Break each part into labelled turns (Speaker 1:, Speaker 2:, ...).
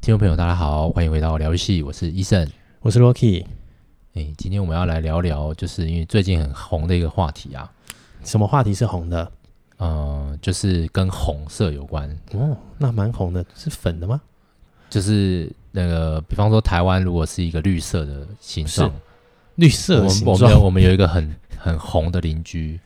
Speaker 1: 听众朋友，大家好，欢迎回到聊游戏，我是医生。
Speaker 2: 我是 Rocky，
Speaker 1: 哎，今天我们要来聊聊，就是因为最近很红的一个话题啊，
Speaker 2: 什么话题是红的？
Speaker 1: 呃，就是跟红色有关，
Speaker 2: 哦，那蛮红的，是粉的吗？
Speaker 1: 就是那个，比方说台湾如果是一个绿色的形状，
Speaker 2: 绿
Speaker 1: 我
Speaker 2: 色的
Speaker 1: 们
Speaker 2: 形
Speaker 1: 我们有
Speaker 2: 状
Speaker 1: 我们有一个很很红的邻居，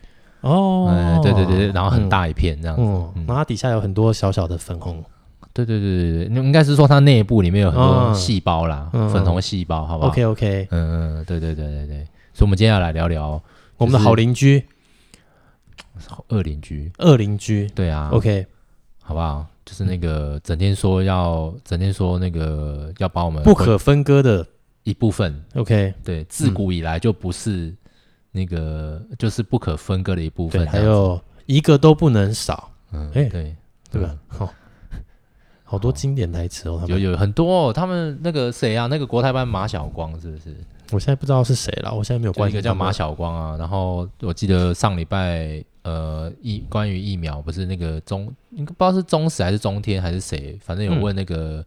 Speaker 2: 哦
Speaker 1: 嗯，，对对对对，然后很大一片这样子，
Speaker 2: 嗯，嗯，然后它底下有很多小小的粉红，
Speaker 1: 对对对对对，应该是说它内部里面有很多
Speaker 2: 嗯
Speaker 1: 细胞啦，
Speaker 2: 嗯
Speaker 1: 粉红细胞，好不好
Speaker 2: OK OK，
Speaker 1: 嗯嗯，对对对对对，所以我们今天要来聊聊
Speaker 2: 我们的好邻居、
Speaker 1: 恶邻居，
Speaker 2: 恶邻居
Speaker 1: 对啊
Speaker 2: ，OK，
Speaker 1: 好不好？就是那个整天说要，整天说那个要把我们
Speaker 2: 不可分割的
Speaker 1: 一部分，
Speaker 2: ，OK，
Speaker 1: 对，自古以来就不是那个，就是不可分割的一部
Speaker 2: 对，
Speaker 1: 分。
Speaker 2: 还，有一个都不能少，
Speaker 1: 嗯，
Speaker 2: 哎
Speaker 1: 对，
Speaker 2: 对吧？好，好多经典台词哦，他
Speaker 1: 嗯有
Speaker 2: 们，
Speaker 1: 有很多、哦，他们那个谁啊，那个国台办马晓光是不是？
Speaker 2: 我现在不知道是谁了，我现在没有
Speaker 1: 有
Speaker 2: 关
Speaker 1: 一
Speaker 2: 系，
Speaker 1: 个叫马晓光啊，然后我记得上礼拜呃疫关于疫苗不是那个中，应该不知道是中时还是中天还是谁，反正有
Speaker 2: 嗯
Speaker 1: 问那个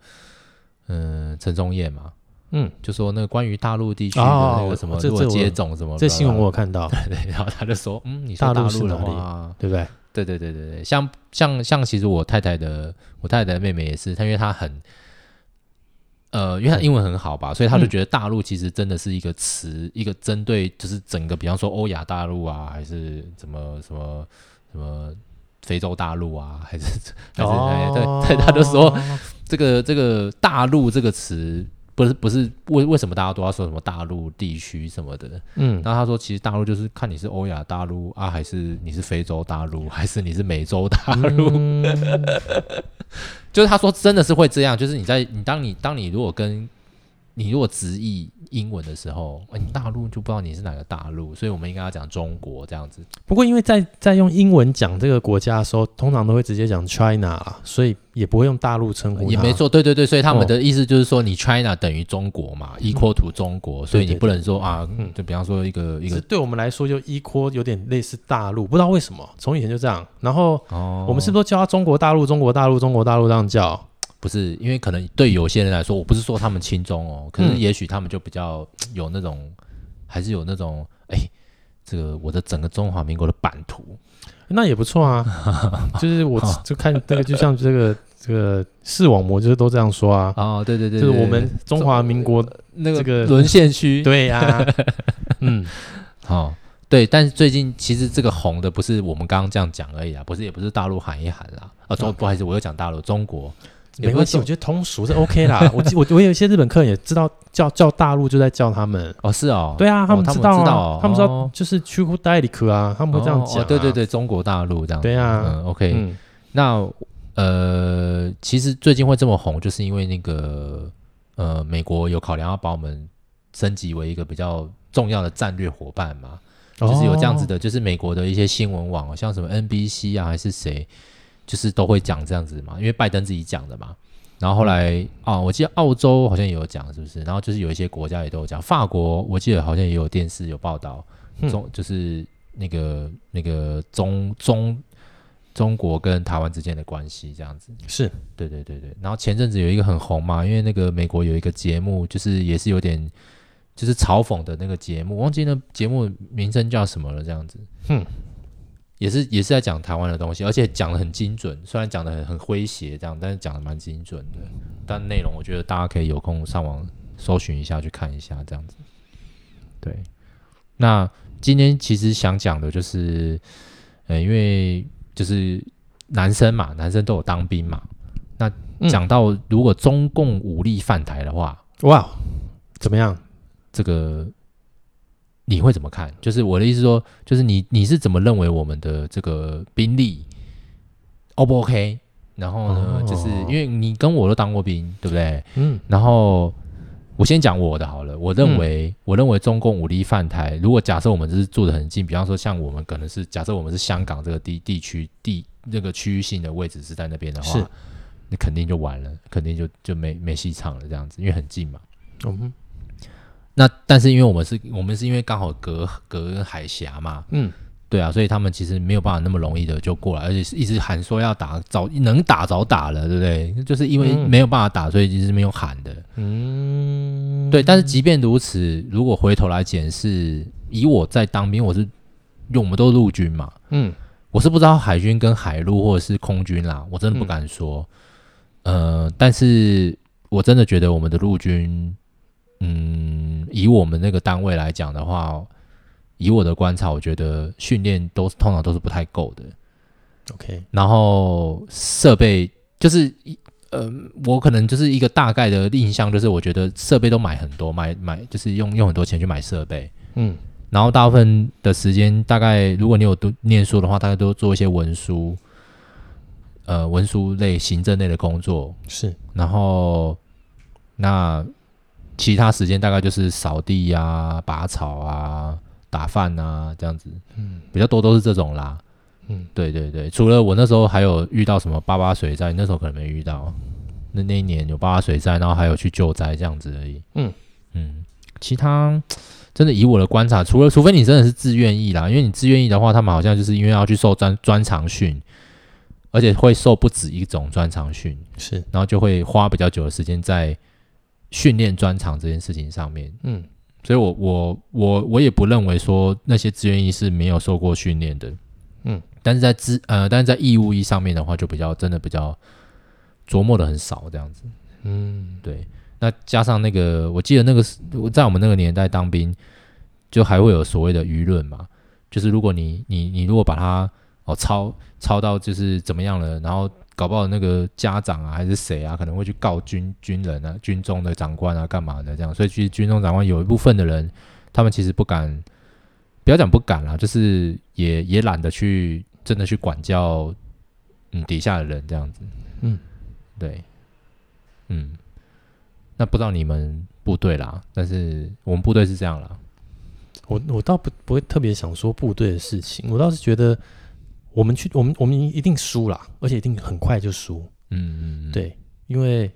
Speaker 1: 嗯陈、宗彦嘛，
Speaker 2: 嗯，
Speaker 1: 就说那个关于大陆地区的
Speaker 2: 哦
Speaker 1: 那个什么
Speaker 2: 我这
Speaker 1: 如果
Speaker 2: 这我
Speaker 1: 接种什么，
Speaker 2: 这新闻我
Speaker 1: 我
Speaker 2: 有看到，
Speaker 1: 对，然后他就说嗯你说
Speaker 2: 大
Speaker 1: 大
Speaker 2: 陆是
Speaker 1: 陆的
Speaker 2: 哪里啊
Speaker 1: 话，
Speaker 2: 对不对？
Speaker 1: 对对对对对，像像像其实我太太的我太太的妹妹也是，她因为她很。呃，因为她英文很好吧，所以她
Speaker 2: 嗯
Speaker 1: 就觉得大陆其实真的是一个词，一个针对就是整个，比方说欧亚大陆啊，还是什么什么什么非洲大陆啊，还是还是、哎
Speaker 2: 哦
Speaker 1: 对对，她就说这个这个大陆这个词不是不是为为什么大家都要说什么大陆地区什么的？
Speaker 2: 嗯，
Speaker 1: 那他说其实大陆就是看你是欧亚大陆啊，还是你是非洲大陆，还是你是美洲大陆？
Speaker 2: 嗯
Speaker 1: 就是他说真的是会这样，就是你在你当你当你如果跟你如果直译英文的时候，哎你大陆就不知道你是哪个大陆，所以我们应该要讲中国这样子。
Speaker 2: 不过，因为在在用英文讲这个国家的时候，通常都会直接讲 China 啦，所以也不会用大陆哦称呼它。
Speaker 1: 也没错，对对对，所以他们的意思就是说，你 China 等于中国嘛、e q u a l to 中国，所以你
Speaker 2: 对对
Speaker 1: 不能说啊
Speaker 2: 嗯，
Speaker 1: 就比方说一个一
Speaker 2: 只
Speaker 1: 个
Speaker 2: 是对我们来说，就 equal 有点类似大陆，不知道为什么，从以前就这样。然后
Speaker 1: 哦，
Speaker 2: 我们是不是都叫它中国大陆、中国大陆、中国大陆这样叫？
Speaker 1: 不是，因为可能对有些人来说，我不是说他们轻中哦，可是
Speaker 2: 嗯
Speaker 1: 也许他们就比较嘖有那种，还是有那种，哎、这个我的整个中华民国的版图，
Speaker 2: 那也不 错啊。就是我
Speaker 1: 哦
Speaker 2: 就看这个，就像这个这个视网膜，就是都这样说啊，
Speaker 1: 哦，对对对
Speaker 2: 就是我们中华民国。
Speaker 1: 那
Speaker 2: 这
Speaker 1: 个
Speaker 2: 个
Speaker 1: 沦陷区，，
Speaker 2: 对呀，嗯，
Speaker 1: 哦，对，但是最近其实这个红的不是我们刚刚这样讲而已啊，不是也不是大陆喊一喊啦，啊，中、
Speaker 2: 嗯
Speaker 1: 不好意思，我又讲大陆，中国，也
Speaker 2: 没
Speaker 1: 不
Speaker 2: 关
Speaker 1: 是
Speaker 2: 系，
Speaker 1: 中
Speaker 2: 我觉得通俗是 OK 啦。我记我我有一些日本客人也知道叫叫大陆就在叫他们。
Speaker 1: 哦，是哦，
Speaker 2: 对啊，他
Speaker 1: 哦
Speaker 2: 们
Speaker 1: 他
Speaker 2: 知
Speaker 1: 们
Speaker 2: 道
Speaker 1: 知道
Speaker 2: 啊
Speaker 1: 哦，
Speaker 2: 他们知道
Speaker 1: 哦
Speaker 2: 就是去库代里克啊，他们会这样讲
Speaker 1: 哦
Speaker 2: 啊。
Speaker 1: 哦对对对，中国大陆这样子，
Speaker 2: 对啊
Speaker 1: 嗯，OK，
Speaker 2: 嗯，
Speaker 1: 那呃，其实最近会这么红，就是因为那个呃，美国有考量要把我们升级为一个比较重要的战略伙伴嘛，嗯就是有这样子
Speaker 2: 的。
Speaker 1: 的，就是美国的一些新闻网，像什么 NBC 啊，还是谁，就是都会讲这样子嘛，因为拜登自己讲的嘛。然后后来啊、我记得澳洲好像也有讲，是不是？然后就是有一些国家也都有讲，法国我记得好像也有电视有报道，
Speaker 2: 嗯
Speaker 1: 中就是那个那个中中中国跟台湾之间的关系这样子。
Speaker 2: 是
Speaker 1: 对对对对，然后前阵子有一个很红嘛，因为那个美国有一个节目，就是也是有点就是嘲讽的那个节目，忘记那节目名称叫什么了，这样子。
Speaker 2: 哼，
Speaker 1: 也是也是在讲台湾的东西，而且讲的很精准，虽然讲的很很诙谐这样，但是讲的蛮精准的。但内容我觉得大家可以有空上网搜寻一下去看一下这样子。对，那今天其实想讲的就是，呃，因为就是男生嘛，男生都有当兵嘛，
Speaker 2: 嗯
Speaker 1: 讲到如果中共武力犯台的话，
Speaker 2: 哇，怎么样？
Speaker 1: 这个你会怎么看？就是我的意思说，就是你你是怎么认为我们的这个兵力 O 不 OK？然后呢，
Speaker 2: 哦
Speaker 1: 就是因为你跟我都当过兵，对不对？
Speaker 2: 嗯
Speaker 1: 然后我先讲我的好了。我认为，我认为中共武力犯台，如果假设我们就是住的很近，比方说像我们可能是假设我们是香港这个地地区地那个区域性的位置是在那边的
Speaker 2: 是
Speaker 1: 话，那肯定就完了，肯定就就没没戏唱了这样子，因为很近嘛。
Speaker 2: 嗯
Speaker 1: 那但是因为我们是，我们是因为刚好隔隔海峡嘛，
Speaker 2: 嗯，
Speaker 1: 对啊，所以他们其实没有办法那么容易的就过来，而且是一直喊说要打，早能打早打了，对不对？就是因为
Speaker 2: 嗯
Speaker 1: 没有办法打，所以其实没有喊的。
Speaker 2: 嗯，
Speaker 1: 对，但是即便如此，如果回头来检视，以我在当兵，我是因为我们都是陆军嘛，
Speaker 2: 嗯，
Speaker 1: 我是不知道海军跟海陆或者是空军啦，我真的不
Speaker 2: 嗯
Speaker 1: 敢说。呃，但是我真的觉得我们的陆军，嗯，以我们那个单位来讲的话，以我的观察，我觉得训练都是通常都是不太够的。
Speaker 2: ，OK，
Speaker 1: 然后设备就是一呃，我可能就是一个大概的印象，就是我觉得设备都买很多，买买就是用用很多钱去买设备，
Speaker 2: 嗯
Speaker 1: 然后大部分的时间大概如果你有读念书的话，大概都做一些文书，呃，文书类、行政类的工作，
Speaker 2: 是，
Speaker 1: 然后那其他时间大概就是扫地呀、拔草啊、打饭啊这样子，
Speaker 2: 嗯
Speaker 1: 比较多都是这种啦。
Speaker 2: 嗯，
Speaker 1: 对对对，除了我那时候还有遇到什么八八水灾，那时候可能没遇到。那那一年有八八水灾，然后还有去救灾这样子而已。
Speaker 2: 嗯
Speaker 1: 嗯，其他真的以我的观察，除了除非你真的是自愿意啦，因为你自愿意的话，他们好像就是因为要去受专专长训，而且会受不止一种专长训，
Speaker 2: 是，
Speaker 1: 然后就会花比较久的时间在训练专长这件事情上面。
Speaker 2: 嗯
Speaker 1: 所以我我我我也不认为说那些志愿役是没有受过训练的，
Speaker 2: 嗯，
Speaker 1: 但是在资呃，但是在义务役上面的话，就比较真的比较琢磨的很少这样子，
Speaker 2: 嗯
Speaker 1: 对。那加上那个，我记得那个时我在我们那个年代当兵，就还会有所谓的舆论嘛，就是如果你你你如果把它哦抄抄到就是怎么样了，然后搞不好那个家长啊还是谁啊，可能会去告军军人啊、军中的长官啊干嘛的这样，所以其实军中长官有一部分的人，他们其实不敢，不要讲不敢啦，就是也也懒得去真的去管教嗯底下的人这样子，
Speaker 2: 嗯，
Speaker 1: 对，嗯，那不知道你们部队啦，但是我们部队是这样啦，
Speaker 2: 我我倒不不会特别想说部队的事情，我倒是觉得我们去我们我们一定输啦，而且一定很快就输。
Speaker 1: 嗯嗯嗯，
Speaker 2: 对，因为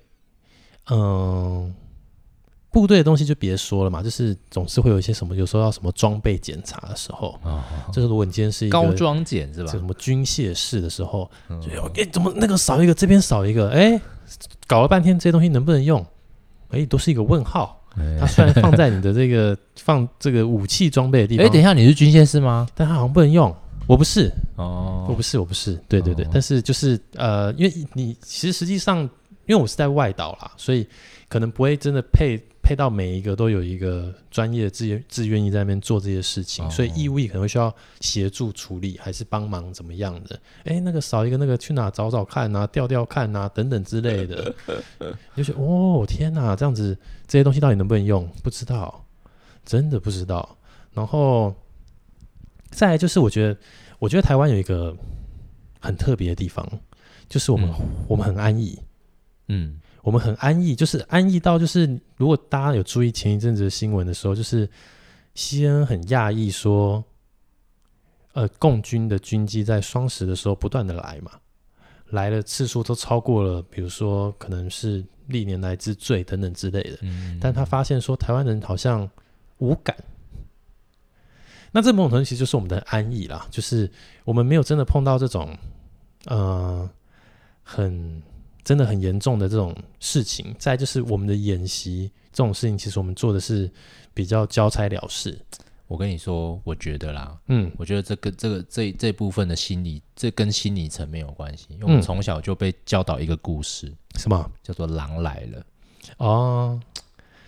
Speaker 2: 嗯、部队的东西就别说了嘛，就是总是会有一些什么，有时候要什么装备检查的时候，
Speaker 1: 哦，
Speaker 2: 就是如果你今天是一
Speaker 1: 高
Speaker 2: 个
Speaker 1: 装检是吧
Speaker 2: 这？什么军械室的时候，
Speaker 1: 嗯
Speaker 2: 就哎、怎么那个少一个，这边少一个，哎、搞了半天这些东西能不能用？哎、都是一个问号。
Speaker 1: 哎
Speaker 2: 它虽然放在你的这个放这个武器装备的地
Speaker 1: 哎、
Speaker 2: 方，
Speaker 1: 等一下，你是军械师吗？
Speaker 2: 但它好像不能用。我不是，我
Speaker 1: 哦
Speaker 2: 不，是，我不是，对对对，
Speaker 1: 哦
Speaker 2: 但是就是呃，因为你其实实际上，因为我是在外岛啦，所以可能不会真的配配到每一个都有一个专业的志愿志愿意在那边做这些事情，
Speaker 1: 哦
Speaker 2: 所以义务役可能会需要协助处理，还是帮忙怎么样的？哎，那个少一个，那个去哪找找看啊，调调看啊，等等之类的， 你就觉得哦天哪，这样子这些东西到底能不能用？不知道，真的不知道。然后再来就是，我觉得，我觉得台湾有一个很特别的地方，就是我们、我们很安逸，
Speaker 1: 嗯，
Speaker 2: 我们很安逸，就是安逸到就是，如果大家有注意前一阵子的新闻的时候，就是西恩很讶异说，呃，共军的军机在双十的时候不断的来嘛，来的次数都超过了，比如说可能是历年来之最等等之类的。
Speaker 1: 嗯
Speaker 2: 但他发现说台湾人好像无感。那这某种程度其实就是我们的安逸啦，就是我们没有真的碰到这种，呃，很真的很严重的这种事情。再来就是我们的演习这种事情，其实我们做的是比较交差了事。
Speaker 1: 我跟你说，我觉得啦，
Speaker 2: 嗯
Speaker 1: 我觉得这个这个这这部分的心理，这跟心理层面有关系。因为我们
Speaker 2: 嗯
Speaker 1: 从小就被教导一个故事，
Speaker 2: 什么？
Speaker 1: 叫做“狼来了
Speaker 2: 哦，”，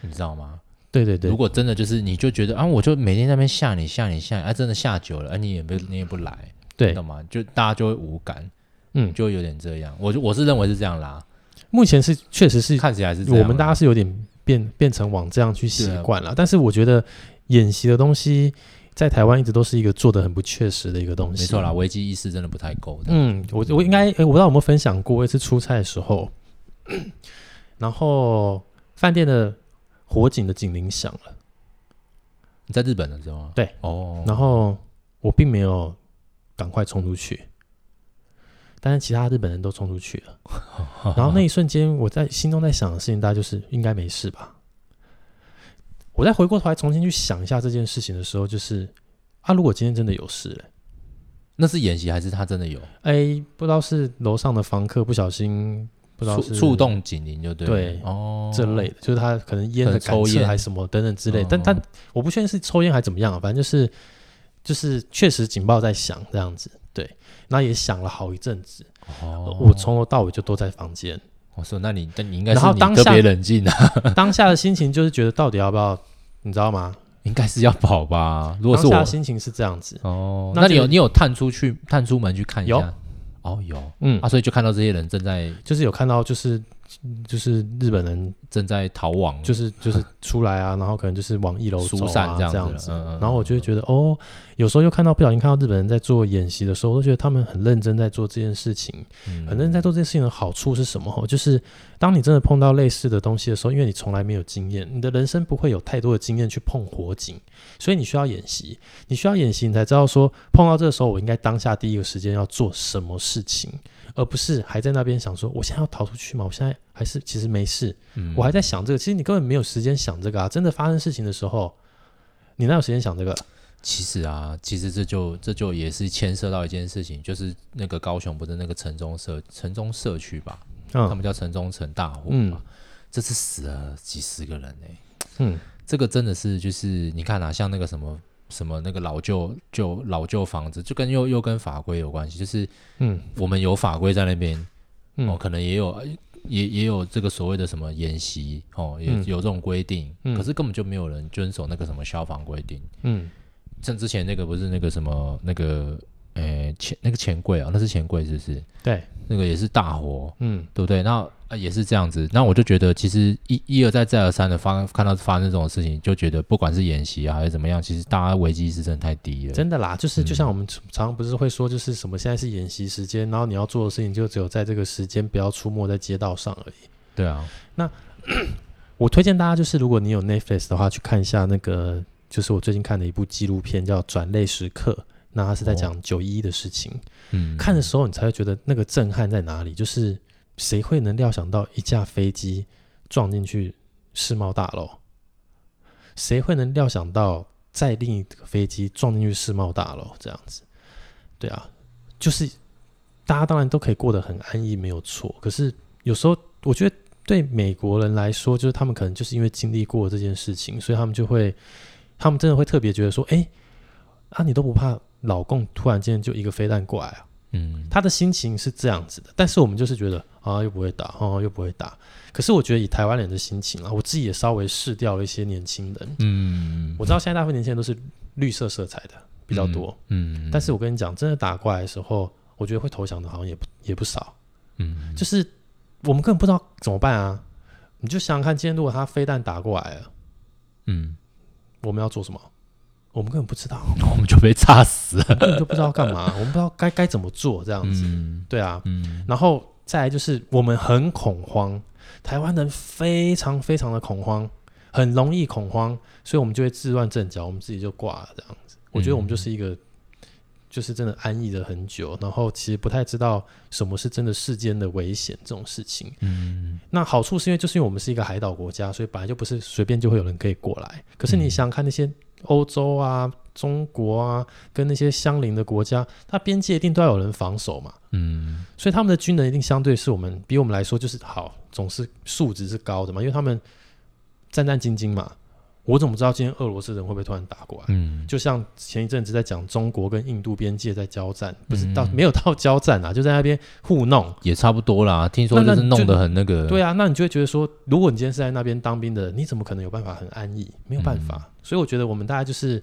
Speaker 1: 你知道吗？
Speaker 2: 对对对
Speaker 1: 如，果真的就是，你就觉得啊，我就每天在那边吓你吓你吓你，啊，真的吓久了，啊，你也不你也不来，
Speaker 2: 对
Speaker 1: 你懂，吗？就大家就会无感，
Speaker 2: 嗯，
Speaker 1: 就会有点这样。我就我是认为是这样啦，
Speaker 2: 目前是确实是
Speaker 1: 看起来是这样啦。
Speaker 2: 我们大家是有点变变成往这样去习
Speaker 1: 对啊
Speaker 2: 惯了，但是我觉得演习的东西在台湾一直都是一个做的很不确实的一个东西。
Speaker 1: 没错啦，。危机意识真的不太够的。
Speaker 2: 嗯，我我应该、诶我不知道有没有分享过，我一次出差的时候， 然后饭店的火警的警铃响了，
Speaker 1: 你在日本的时候吗？
Speaker 2: 对，
Speaker 1: 哦，
Speaker 2: 然后我并没有赶快冲出去，但是其他日本人都冲出去了。
Speaker 1: 哦
Speaker 2: 然后那一瞬间，我在心中在想的事情，大概就是应该没事吧。我再回过头来重新去想一下这件事情的时候，就是啊，如果今天真的有事、嘞，
Speaker 1: 那是演习还是他真的有
Speaker 2: 哎、不知道是楼上的房客不小心，不知道
Speaker 1: 触
Speaker 2: 是
Speaker 1: 触动警铃就对了
Speaker 2: 对
Speaker 1: 哦
Speaker 2: 这类的，就是他可能烟
Speaker 1: 可能
Speaker 2: 的感
Speaker 1: 抽烟
Speaker 2: 测还是什么等等之类，但
Speaker 1: 嗯
Speaker 2: 但我不确定是抽烟还怎么样、啊，反正就是就是确实警报在响这样子，对，那也响了好一阵子，
Speaker 1: 哦，
Speaker 2: 我从头到尾就都在房间，
Speaker 1: 我说那你但你应该是
Speaker 2: 然后
Speaker 1: 你
Speaker 2: 当
Speaker 1: 特
Speaker 2: 下
Speaker 1: 别冷静啊，
Speaker 2: 当下的心情就是觉得到底要不要，你知道吗？
Speaker 1: 应该是要跑吧？如果
Speaker 2: 当
Speaker 1: 是
Speaker 2: 下
Speaker 1: 我
Speaker 2: 的心情是这样子，
Speaker 1: 哦，
Speaker 2: 那
Speaker 1: 那你
Speaker 2: 这
Speaker 1: 有
Speaker 2: 个
Speaker 1: 你有探出去探出门去看一
Speaker 2: 有
Speaker 1: 下？哦，有
Speaker 2: 嗯，
Speaker 1: 啊，所以就看到这些人正在
Speaker 2: 就是有看到就是就是日本人
Speaker 1: 正在逃亡，
Speaker 2: 就是就是出来啊，然 后可能就是往一楼走
Speaker 1: 疏
Speaker 2: 啊
Speaker 1: 散
Speaker 2: 这
Speaker 1: 这样
Speaker 2: 样
Speaker 1: 子
Speaker 2: 子
Speaker 1: 了嗯嗯嗯，
Speaker 2: 然后我就会觉得哦，有时候又看到不小心看到日本人在做演习的时候，我都觉得他们很认真在做这件事情。
Speaker 1: 嗯
Speaker 2: 很认真在做这件事情的好处是什么？就是当你真的碰到类似的东西的时候，因为你从来没有经验，你的人生不会有太多的经验去碰火警，所以你需要演习，你需要演习，你才知道说碰到这个时候，我应该当下第一个时间要做什么事情，而不是还在那边想说我现在要逃出去吗？我现在还是其实没事。
Speaker 1: 嗯
Speaker 2: 我还在想这个，其实你根本没有时间想这个啊！真的发生事情的时候，你哪有时间想这个？
Speaker 1: 其实啊，其实这就这就也是牵涉到一件事情，就是那个高雄不是那个城中社城中社区吧，他
Speaker 2: 嗯
Speaker 1: 们叫城中城大火
Speaker 2: 嗯
Speaker 1: 嘛，这次死了几十个人哎、
Speaker 2: 嗯，
Speaker 1: 这个真的是就是你看啊，像那个什么什么那个老旧旧老旧房子，就跟又又跟法规有关系，就是
Speaker 2: 嗯
Speaker 1: 我们有法规在那边，
Speaker 2: 嗯
Speaker 1: 哦，可能也有呃也也有这个所谓的什么演习哦，也
Speaker 2: 嗯
Speaker 1: 有这种规定，
Speaker 2: 嗯
Speaker 1: 可是根本就没有人遵守那个什么消防规定。
Speaker 2: 嗯
Speaker 1: 像之前那个不是那个什么那个呃钱那个钱柜啊，那是钱柜是不是？
Speaker 2: 对，
Speaker 1: 那个也是大火，
Speaker 2: 嗯
Speaker 1: 对不对？那、呃也是这样子。那我就觉得，其实一一而再再而三的发看到发生这种事情，就觉得不管是演习啊还是怎么样，其实大家危机意识真的太低了。
Speaker 2: 真的啦，就是就
Speaker 1: 嗯
Speaker 2: 像我们常常不是会说，就是什么现在是演习时间，然后你要做的事情就只有在这个时间，不要出没在街道上而已。
Speaker 1: 对啊，
Speaker 2: 我推荐大家就是，如果你有 Netflix 的话，去看一下那个，就是我最近看的一部纪录片叫《转泪时刻》，那它是在讲九一一的事情。
Speaker 1: 嗯，
Speaker 2: 看的时候，你才会觉得那个震撼在哪里。就是谁会能料想到一架飞机撞进去世贸大楼？谁会能料想到在另一个飞机撞进去世贸大楼这样子？对啊，就是大家当然都可以过得很安逸，没有错。可是有时候我觉得对美国人来说，就是他们可能就是因为经历过这件事情，所以他们就会，他们真的会特别觉得说，哎、啊，你都不怕老共突然间就一个飞弹过来啊？
Speaker 1: 嗯，
Speaker 2: 他的心情是这样子的，但是我们就是觉得啊，又不会打，啊，又不会打。可是我觉得以台湾人的心情啊，我自己也稍微试掉了一些年轻人。
Speaker 1: 嗯，
Speaker 2: 我知道现在大部分年轻人都是绿色色彩的比较多，
Speaker 1: 嗯，嗯，
Speaker 2: 但是我跟你讲，真的打过来的时候，我觉得会投降的好像也不也不少。
Speaker 1: 嗯，
Speaker 2: 就是我们根本不知道怎么办啊！你就想想看，今天如果他飞弹打过来了，
Speaker 1: 嗯，
Speaker 2: 我们要做什么？我们根本不知道，
Speaker 1: 我们就被炸死了。
Speaker 2: 我们根本就不知道干嘛，我们不知道该该怎么做这样子。
Speaker 1: 嗯
Speaker 2: 对啊，
Speaker 1: 嗯
Speaker 2: 然后再来就是我们很恐慌，台湾人非常非常的恐慌，很容易恐慌，所以我们就会自乱阵脚，我们自己就挂了这样子。我觉得我们就是一个，就是真的安逸了很久，然后其实不太知道什么是真的世间的危险这种事情。
Speaker 1: 嗯，
Speaker 2: 那好处是因为就是因为我们是一个海岛国家，所以本来就不是随便就会有人可以过来。可是你想想看，那些欧洲啊、中国啊，跟那些相邻的国家，它边界一定都要有人防守嘛。
Speaker 1: 嗯，
Speaker 2: 所以他们的军人一定相对是我们比我们来说就是好，总是素质是高的嘛，因为他们战战兢兢嘛。我怎么知道今天俄罗斯人会不会突然打过来？
Speaker 1: 嗯，
Speaker 2: 就像前一阵子在讲中国跟印度边界在交战，不是到、
Speaker 1: 嗯
Speaker 2: 没有到交战啊，就在那边互弄。
Speaker 1: 也差不多啦。听说就
Speaker 2: 那那
Speaker 1: 是弄
Speaker 2: 就
Speaker 1: 得很那个，
Speaker 2: 对啊，那你就会觉得说，如果你今天是在那边当兵的，你怎么可能有办法很安逸？没有办法。所以我觉得我们大家就是，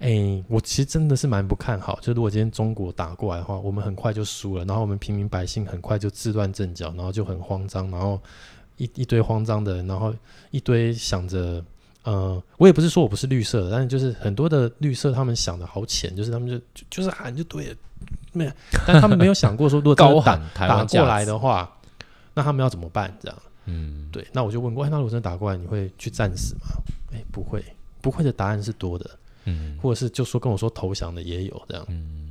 Speaker 2: 哎、我其实真的是蛮不看好，就如果今天中国打过来的话，我们很快就输了，然后我们平民百姓很快就自乱阵脚，然后就很慌张，然后一一堆慌张的人，然后一堆想着。呃，我也不是说我不是绿色的，但是就是很多的绿色，他们想的好浅，就是他们就就就是喊就对了，没有，但他们没有想过说，如果真 的
Speaker 1: 高
Speaker 2: 打
Speaker 1: 喊台
Speaker 2: 打
Speaker 1: 湾价
Speaker 2: 过
Speaker 1: 值
Speaker 2: 来，的话，那他们要怎么办？这样
Speaker 1: 嗯，
Speaker 2: 对，那我就问过，哎，那如果真的打过来，你会去战死吗？哎，不会，不会的答案是多的，
Speaker 1: 嗯
Speaker 2: 或者是就说跟我说投降的也有这样，
Speaker 1: 嗯，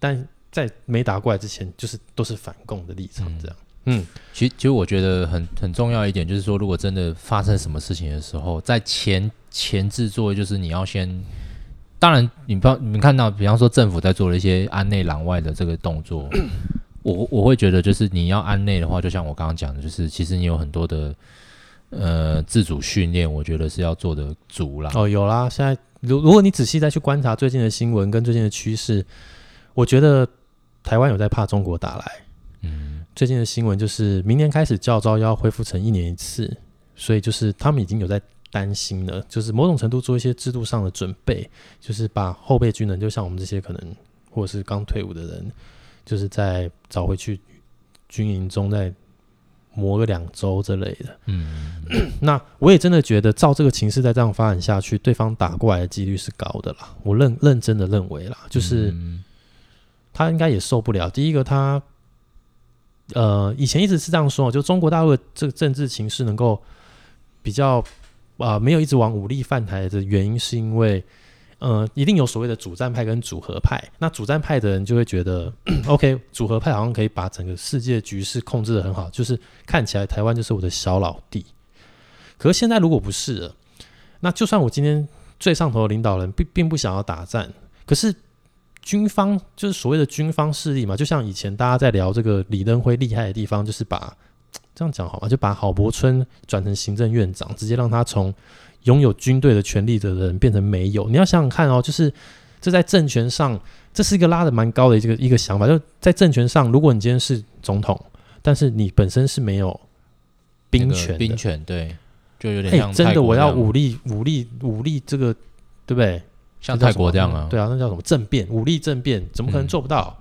Speaker 2: 但在没打过来之前，就是都是反共的立场这样。嗯
Speaker 1: 其实其实我觉得很很重要一点就是说，如果真的发生什么事情的时候，在前前置作业就是你要先当然，你不要你们看到，比方说政府在做了一些安内攘外的这个动 作，我我会觉得就是你要安内的话，就像我刚刚讲的，就是其实你有很多的呃自主训练，我觉得是要做的足啦。
Speaker 2: 哦，有啦，现在如如果你仔细再去观察最近的新闻跟最近的趋势，我觉得台湾有在怕中国打来。
Speaker 1: 嗯，
Speaker 2: 最近的新闻就是明年开始教招要恢复成一年一次，所以就是他们已经有在担心了，就是某种程度做一些制度上的准备，就是把后备军人，就像我们这些可能或者是刚退伍的人，就是在找回去军营中再磨个两周之类的。
Speaker 1: 嗯，
Speaker 2: 那我也真的觉得，照这个情势再这样发展下去，对方打过来的几率是高的啦。我认认真的认为啦，就是
Speaker 1: 嗯
Speaker 2: 他应该也受不了。第一个他，呃，以前一直是这样说，就中国大陆的这个政治情势能够比较啊、没有一直往武力犯台的原因，是因为呃，一定有所谓的主战派跟组合派。那主战派的人就会觉得 ，OK，组合派好像可以把整个世界局势控制的很好，就是看起来台湾就是我的小老弟。可是现在如果不是了，那就算我今天最上头的领导人并并不想要打战，可是军方就是所谓的军方势力嘛，就像以前大家在聊这个李登辉厉害的地方，就是把这样讲好吗？就把郝柏村转成行政院长，直接让他从拥有军队的权利的人变成没有。你要想想看哦，就是这在政权上，这是一个拉的蛮高的这个一个想法，就在政权上，如果你今天是总统，但是你本身是没有兵
Speaker 1: 那个
Speaker 2: 权的，
Speaker 1: 兵权对，就有点
Speaker 2: 哎、
Speaker 1: 像
Speaker 2: 真
Speaker 1: 泰
Speaker 2: 的，
Speaker 1: 国
Speaker 2: 我
Speaker 1: 这
Speaker 2: 要
Speaker 1: 样
Speaker 2: 武力，武力，武力，这个对不对？
Speaker 1: 像泰国这样啊，
Speaker 2: 对啊，那叫什么政变？武力政变怎么可能
Speaker 1: 嗯
Speaker 2: 做不到？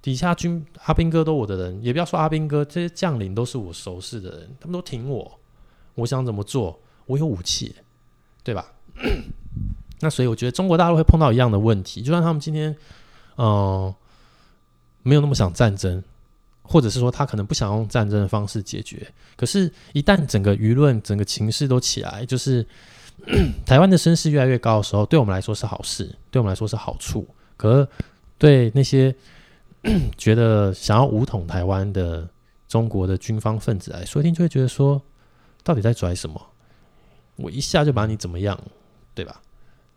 Speaker 2: 底下军阿兵哥都我的人，也不要说阿兵哥，这些将领都是我熟识的人，他们都挺我，我想怎么做，我有武器，对吧？ 那所以我觉得中国大陆会碰到一样的问题，就算他们今天，嗯、没有那么想战争，或者是说他可能不想用战争的方式解决，可是，一旦整个舆论、整个情势都起来，就是嗯台湾的声势越来越高的时候，对我们来说是好事，对我们来说是好处。可是对那些 觉得想要武统台湾的中国的军方分子来说，一定就会觉得说，到底在拽什么？我一下就把你怎么样，对吧？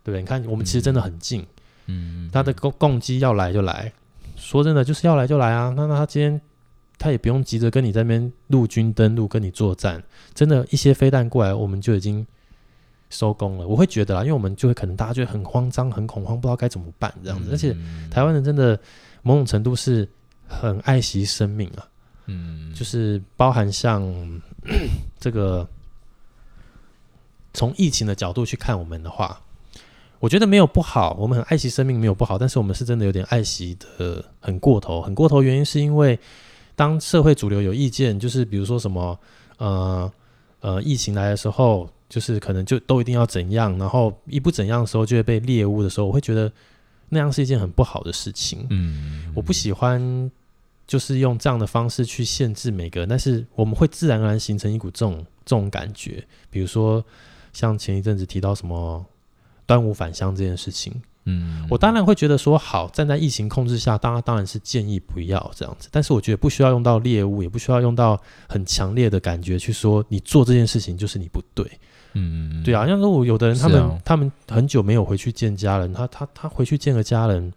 Speaker 2: 对不对？你看，我们其实真的很近，
Speaker 1: 嗯，
Speaker 2: 他的攻攻击要来就来，说真的就是要来就来啊。那那他今天他也不用急着跟你在那边陆军登陆跟你作战，真的，一些飞弹过来我们就已经收工了。我会觉得啦，因为我们就会可能大家就会很慌张、很恐慌，不知道该怎么办这
Speaker 1: 嗯
Speaker 2: 样子。而且台湾人真的某种程度是很爱惜生命啊，
Speaker 1: 嗯，
Speaker 2: 就是包含像 这个从疫情的角度去看我们的话，我觉得没有不好，我们很爱惜生命没有不好，但是我们是真的有点爱惜的很过头，很过头原因是因为当社会主流有意见，就是比如说什么呃呃疫情来的时候。就是可能就都一定要怎样，然后一不怎样的时候就会被猎污的时候，我会觉得那样是一件很不好的事情。
Speaker 1: 嗯，
Speaker 2: 我不喜欢就是用这样的方式去限制每个人，但是我们会自然而然形成一股这种这种感觉。比如说，像前一阵子提到什么端午返乡这件事情，
Speaker 1: 嗯，
Speaker 2: 我当然会觉得说好，站在疫情控制下，当然当然是建议不要这样子，但是我觉得不需要用到猎物，也不需要用到很强烈的感觉去说你做这件事情就是你不对。
Speaker 1: 嗯，嗯，
Speaker 2: 对啊，像是我有的人，
Speaker 1: 是
Speaker 2: 他们、
Speaker 1: 啊
Speaker 2: 他们很久没有回去见家人，他他他回去见个家人，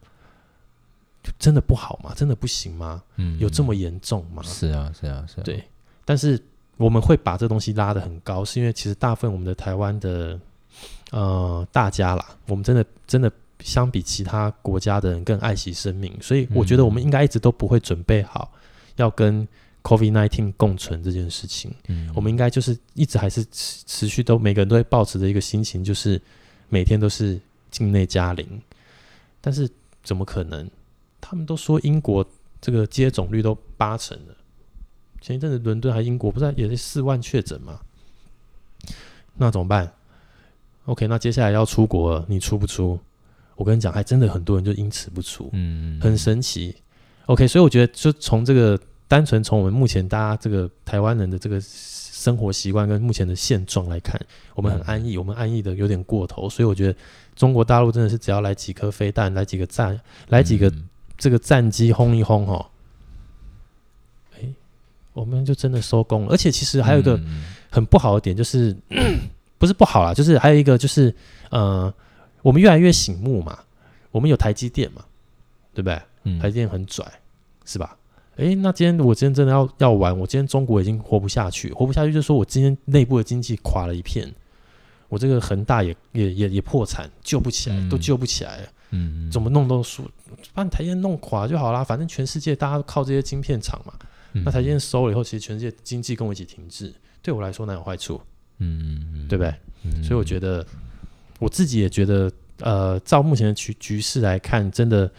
Speaker 2: 就真的不好吗？真的不行吗？
Speaker 1: 嗯，
Speaker 2: 有这么严重吗？
Speaker 1: 是啊，是啊，是啊，
Speaker 2: 对但是我们会把这东西拉得很高，是因为其实大部分我们的台湾的呃大家啦，我们真的真的相比其他国家的人更爱惜生命，所以我觉得我们应该一直都不会准备好要跟 COVID nineteen 共存这件事情。
Speaker 1: 嗯，
Speaker 2: 我们应该就是一直还是持持续都每个人都会保持着一个心情，就是每天都是境内加零。但是怎么可能？他们都说英国这个接种率都八成了，前一阵子伦敦还英国不是也是四万确诊吗？那怎么办？OK，那接下来要出国了，你出不出？我跟你讲，还真的很多人就因此不出。
Speaker 1: 嗯，嗯，
Speaker 2: 很神奇。OK，所以我觉得就从这个单纯从我们目前大家这个台湾人的这个生活习惯跟目前的现状来看，我们很安逸，我们安逸的有点过头。所以我觉得中国大陆真的是只要来几颗飞弹，来几个战，来几个
Speaker 1: 嗯
Speaker 2: 这个战机轰一轰哦，哎，我们就真的收工了。而且其实还有一个，
Speaker 1: 嗯
Speaker 2: 很不好的点就是，不是不好啦，就是还有一个就是，呃，我们越来越醒目嘛，我们有台积电嘛，对不对？台
Speaker 1: 嗯，
Speaker 2: 积电很拽，是吧？诶，那今天我今天真的要要玩，我今天中国已经活不下去，活不下去就是说我今天内部的经济垮了一片，我这个恒大也也也也破产，救不起来，
Speaker 1: 嗯
Speaker 2: 都救不起来了，
Speaker 1: 嗯嗯
Speaker 2: 怎么弄都输，把你台积电弄垮就好啦，反正全世界大家都靠这些晶片厂嘛，
Speaker 1: 嗯
Speaker 2: 那台积电收了以后，其实全世界经济跟我一起停滞，对我来说哪有坏处，
Speaker 1: 嗯，
Speaker 2: 对不对？
Speaker 1: 嗯
Speaker 2: 所以我觉得我自己也觉得，呃，照目前的局局势来看，真的，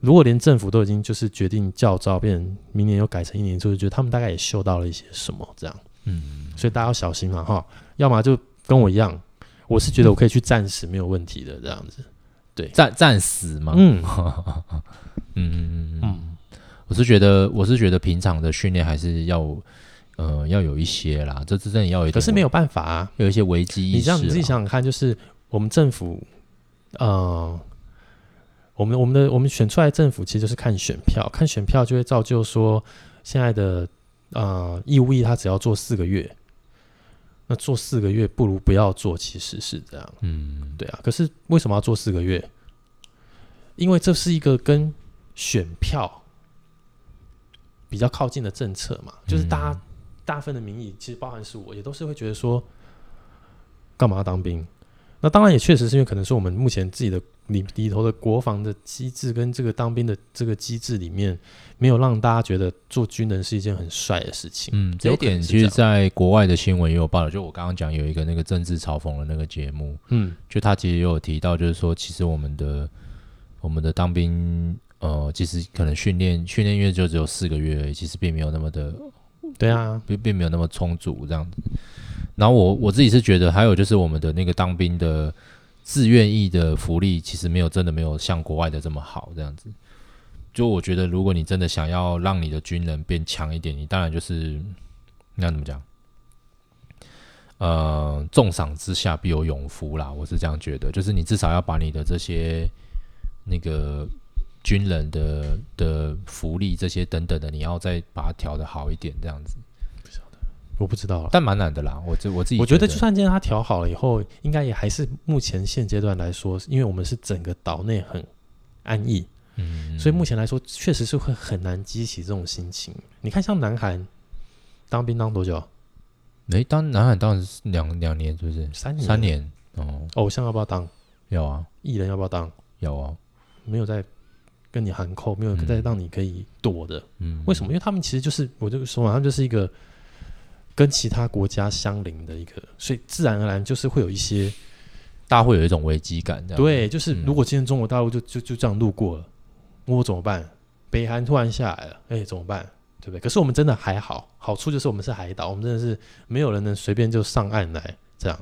Speaker 2: 如果连政府都已经就是决定校招，变成明年又改成一年之后，就觉得他们大概也嗅到了一些什么这样，
Speaker 1: 嗯
Speaker 2: 所以大家要小心嘛哈，要么就跟我一样，我是觉得我可以去暂时没有问题的这样子，
Speaker 1: 战战死嘛，
Speaker 2: 嗯
Speaker 1: 嗯嗯嗯，
Speaker 2: 嗯
Speaker 1: 我是觉得我是觉得平常的训练还是要呃要有一些啦，这这真的要有一点，
Speaker 2: 可是没有办法啊，
Speaker 1: 有一些危机意
Speaker 2: 你
Speaker 1: 识
Speaker 2: 这
Speaker 1: 啦，
Speaker 2: 样你自己想想看，就是我们政府，呃，我们我们的我们选出来的政府其实就是看选票，看选票就会造就说现在的呃义务役他只要做四个月，那做四个月不如不要做，其实是这样，
Speaker 1: 嗯，
Speaker 2: 对啊。可是为什么要做四个月？因为这是一个跟选票比较靠近的政策嘛，就是大家、大部分的民意，其实包含是我，也都是会觉得说，干嘛要当兵？那当然也确实是因为可能是我们目前自己的里里头的国防的机制跟这个当兵的这个机制里面，没有让大家觉得做军人是一件很帅的事情。
Speaker 1: 嗯，这一
Speaker 2: 有可能
Speaker 1: 点
Speaker 2: 是
Speaker 1: 其
Speaker 2: 这
Speaker 1: 实，
Speaker 2: 样
Speaker 1: 在国外的新闻也有报道，就我刚刚讲有一个那个政治嘲讽的那个节目，
Speaker 2: 嗯
Speaker 1: 就他其实也有提到，就是说，其实我们的我们的当兵，呃，其实可能训练训练月就只有四个月而已，其实并没有那么的，
Speaker 2: 对啊，
Speaker 1: 并并没有那么充足这样子。然后我我自己是觉得，还有就是我们的那个当兵的自愿意的福利，其实没有真的没有像国外的这么好这样子。就我觉得，如果你真的想要让你的军人变强一点，你当然就是那怎么讲？呃，重赏之下必有勇夫啦，我是这样觉得。就是你至少要把你的这些那个军人的的福利这些等等的，你要再把它调的好一点，这样子。
Speaker 2: 我不知道啊了。
Speaker 1: 但蛮难的啦，我这我自己
Speaker 2: 我觉
Speaker 1: 觉
Speaker 2: 得就算今天他调好了以后，应该也还是目前现阶段来说，因为我们是整个岛内很安逸，
Speaker 1: 嗯，
Speaker 2: 所以目前来说，确实是会很难激起这种心情。你看，像南韩当兵当多久？
Speaker 1: 哎，当南海当然是两两年是不是？
Speaker 2: 三年。
Speaker 1: 三。年哦，
Speaker 2: 偶像要不要当？
Speaker 1: 有啊
Speaker 2: 艺人要不要当？
Speaker 1: 有啊，
Speaker 2: 没有在跟你含扣，没有
Speaker 1: 嗯
Speaker 2: 在让你可以躲的。
Speaker 1: 嗯，
Speaker 2: 为什么？因为他们其实就是，我就说嘛，他们就是一个跟其他国家相邻的一个，所以自然而然就是会有一些
Speaker 1: 大家会有一种危机感？这样，
Speaker 2: 对，就是
Speaker 1: 嗯
Speaker 2: 如果今天中国大陆就就就这样路过了，我怎么办？北韩突然下来了，哎、怎么办？对不对？可是我们真的还好，好处就是我们是海岛，我们真的是没有人能随便就上岸来。这样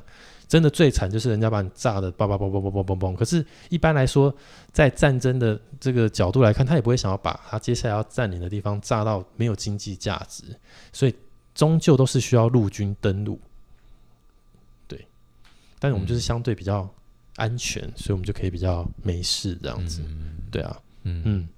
Speaker 2: 真的最惨就是人家把你炸的叭叭叭叭叭叭叭叭。可是，一般来说，在战争的这个角度来看，他也不会想要把他接下来要占领的地方炸到没有经济价值，所以终究都是需要陆军登陆。对，但是我们就是相对比较安全，所以我们就可以比较没事这样子。对啊，
Speaker 1: 嗯
Speaker 2: 嗯，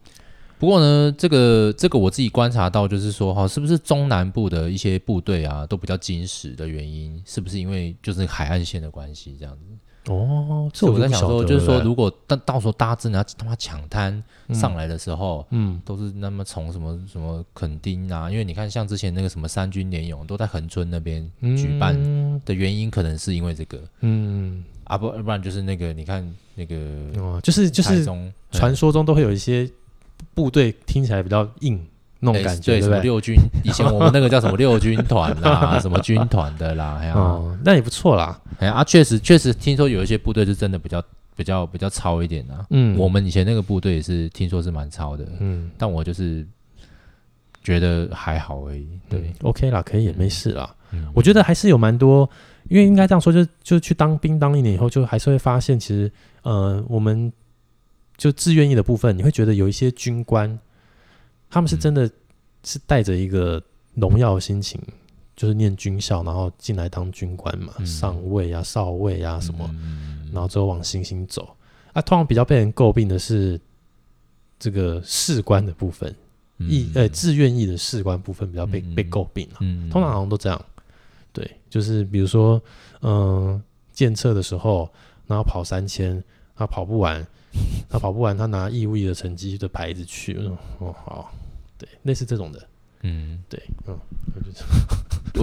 Speaker 1: 不过呢，这个这个我自己观察到，就是说哈，是不是中南部的一些部队啊，都比较矜持的原因，是不是因为就是海岸线的关系这样子？
Speaker 2: 哦，这
Speaker 1: 所以我
Speaker 2: 就
Speaker 1: 在
Speaker 2: 不
Speaker 1: 想
Speaker 2: 晓
Speaker 1: 说，
Speaker 2: 得
Speaker 1: 就是说，
Speaker 2: 了
Speaker 1: 如果到到时候大家真的要他妈抢滩
Speaker 2: 嗯
Speaker 1: 上来的时候，
Speaker 2: 嗯
Speaker 1: 都是那么从什么什么垦丁啊，因为你看像之前那个什么三军联勇都在恒春那边举办
Speaker 2: 嗯
Speaker 1: 的原因，可能是因为这个
Speaker 2: 嗯，
Speaker 1: 啊，不要不然就是那个你看那个
Speaker 2: 哦，就是就
Speaker 1: 台
Speaker 2: 是
Speaker 1: 中
Speaker 2: 传说中都会有一些部队听起来比较硬那种
Speaker 1: 哎
Speaker 2: 感觉，
Speaker 1: 对
Speaker 2: 对
Speaker 1: 什
Speaker 2: 不
Speaker 1: 么
Speaker 2: 对？
Speaker 1: 六军，以 前我们那个叫什么六军团啦， 什么军团的 啦，还有、
Speaker 2: 哦，那也不错啦。
Speaker 1: 哎呀啊，确实确实听说有一些部队是真的比较比较比较糙一点啊。
Speaker 2: 嗯，
Speaker 1: 我们以前那个部队也是听说是蛮糙的，
Speaker 2: 嗯，
Speaker 1: 但我就是觉得还好而已。对
Speaker 2: 对，，OK 啦，可以也没事啦。
Speaker 1: 嗯
Speaker 2: 我觉得还是有蛮多，因为应该这样说，就就去当兵当一年以后，就还是会发现，其实呃，我们就自愿意的部分，你会觉得有一些军官，他们是
Speaker 1: 嗯
Speaker 2: 真的是带着一个荣耀的心情，就是念军校，然后进来当军官嘛，
Speaker 1: 嗯
Speaker 2: 上尉啊、少尉啊什么，
Speaker 1: 嗯
Speaker 2: 然后之后往星星走。啊，通常比较被人诟病的是这个士官的部分，意呃自愿意的士官部分比较被、被
Speaker 1: 嗯嗯
Speaker 2: 诟病啊。
Speaker 1: 嗯
Speaker 2: 通呃常好像都这样。对，就是比如说，嗯、建测的时候，然后跑三千，他跑 不完，他跑不完，他拿义务役的成绩的牌子去，我说哦好，对，类似这种的，
Speaker 1: 嗯，
Speaker 2: 对，嗯，我 就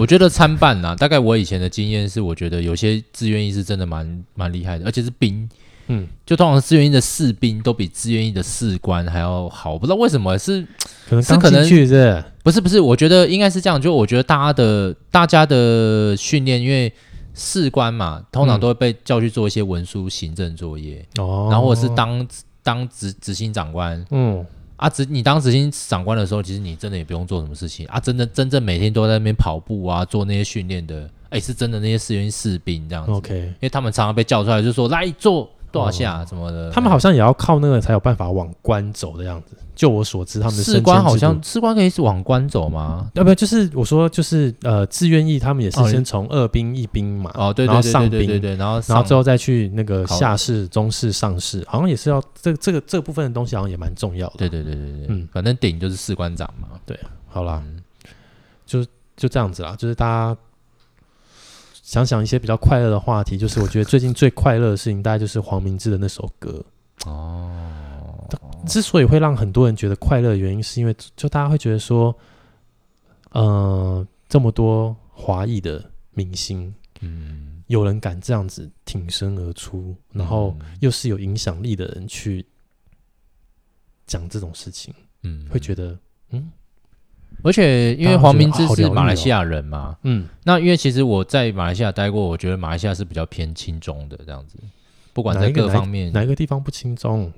Speaker 1: 我觉得参半啦。大概我以前的经验是，我觉得有些志愿役是真的蛮蛮厉害的，而且是兵，
Speaker 2: 嗯，
Speaker 1: 就通常志愿役的士兵都比志愿役的士官还要好，我不知道为什么是
Speaker 2: 可能
Speaker 1: 是
Speaker 2: 刚
Speaker 1: 可
Speaker 2: 进
Speaker 1: 能
Speaker 2: 去是
Speaker 1: 不
Speaker 2: 不是
Speaker 1: 是不是，我觉得应该是这样，就我觉得大家的大家的训练，因为士官嘛，通常
Speaker 2: 嗯
Speaker 1: 都会被叫去做一些文书行政作业，
Speaker 2: 哦，
Speaker 1: 然后或者是当当执执行长官
Speaker 2: 嗯
Speaker 1: 啊，执你当执行长官的时候，其实你真的也不用做什么事情啊，真的真正每天都在那边跑步啊，做那些训练的，哎，是真的那些士兵士兵这样子，
Speaker 2: ，OK，哦
Speaker 1: 因为他们常常被叫出来就说来做多少下什么的，
Speaker 2: 他们好像也要靠那个才有办法往关走的样子。就我所知，他们的
Speaker 1: 士
Speaker 2: 升
Speaker 1: 官
Speaker 2: 迁
Speaker 1: 好
Speaker 2: 制度啊
Speaker 1: 像士官可以是往官走吗？
Speaker 2: 要不要就是我说就是呃，志愿役他们也是
Speaker 1: 哦
Speaker 2: 先从二兵一兵嘛，
Speaker 1: 哦，对
Speaker 2: 然
Speaker 1: 对
Speaker 2: 后
Speaker 1: 对
Speaker 2: 上
Speaker 1: 对对对
Speaker 2: 兵
Speaker 1: 对，然后
Speaker 2: 然后
Speaker 1: 上
Speaker 2: 之后再去那个
Speaker 1: 考
Speaker 2: 下士、中士、上士，好像也是要这这个这部分的东西，好像也蛮重要的。
Speaker 1: 对对对对对，
Speaker 2: 嗯
Speaker 1: 反正顶就是士官长嘛。
Speaker 2: 好啦，
Speaker 1: 嗯
Speaker 2: 就就这样子啦，就是大家想想一些比较快乐的话题，就是我觉得最近最快乐的事情，大概就是黄明志的那首歌。哦，之所以会让很多人觉得快乐的原因，是因为就大家会觉得说，呃，这么多华裔的明星，
Speaker 1: 嗯，
Speaker 2: 有人敢这样子挺身而出，然后又是有影响力的人去讲这种事情，
Speaker 1: 嗯，
Speaker 2: 会觉得，
Speaker 1: 而且因为黄明志是
Speaker 2: 哦
Speaker 1: 马来西亚人嘛，
Speaker 2: 嗯，
Speaker 1: 那因为其实我在马来西亚待过，我觉得马来西亚是比较偏轻中的这样子，不管在各方面。
Speaker 2: 哪一个地方不轻松？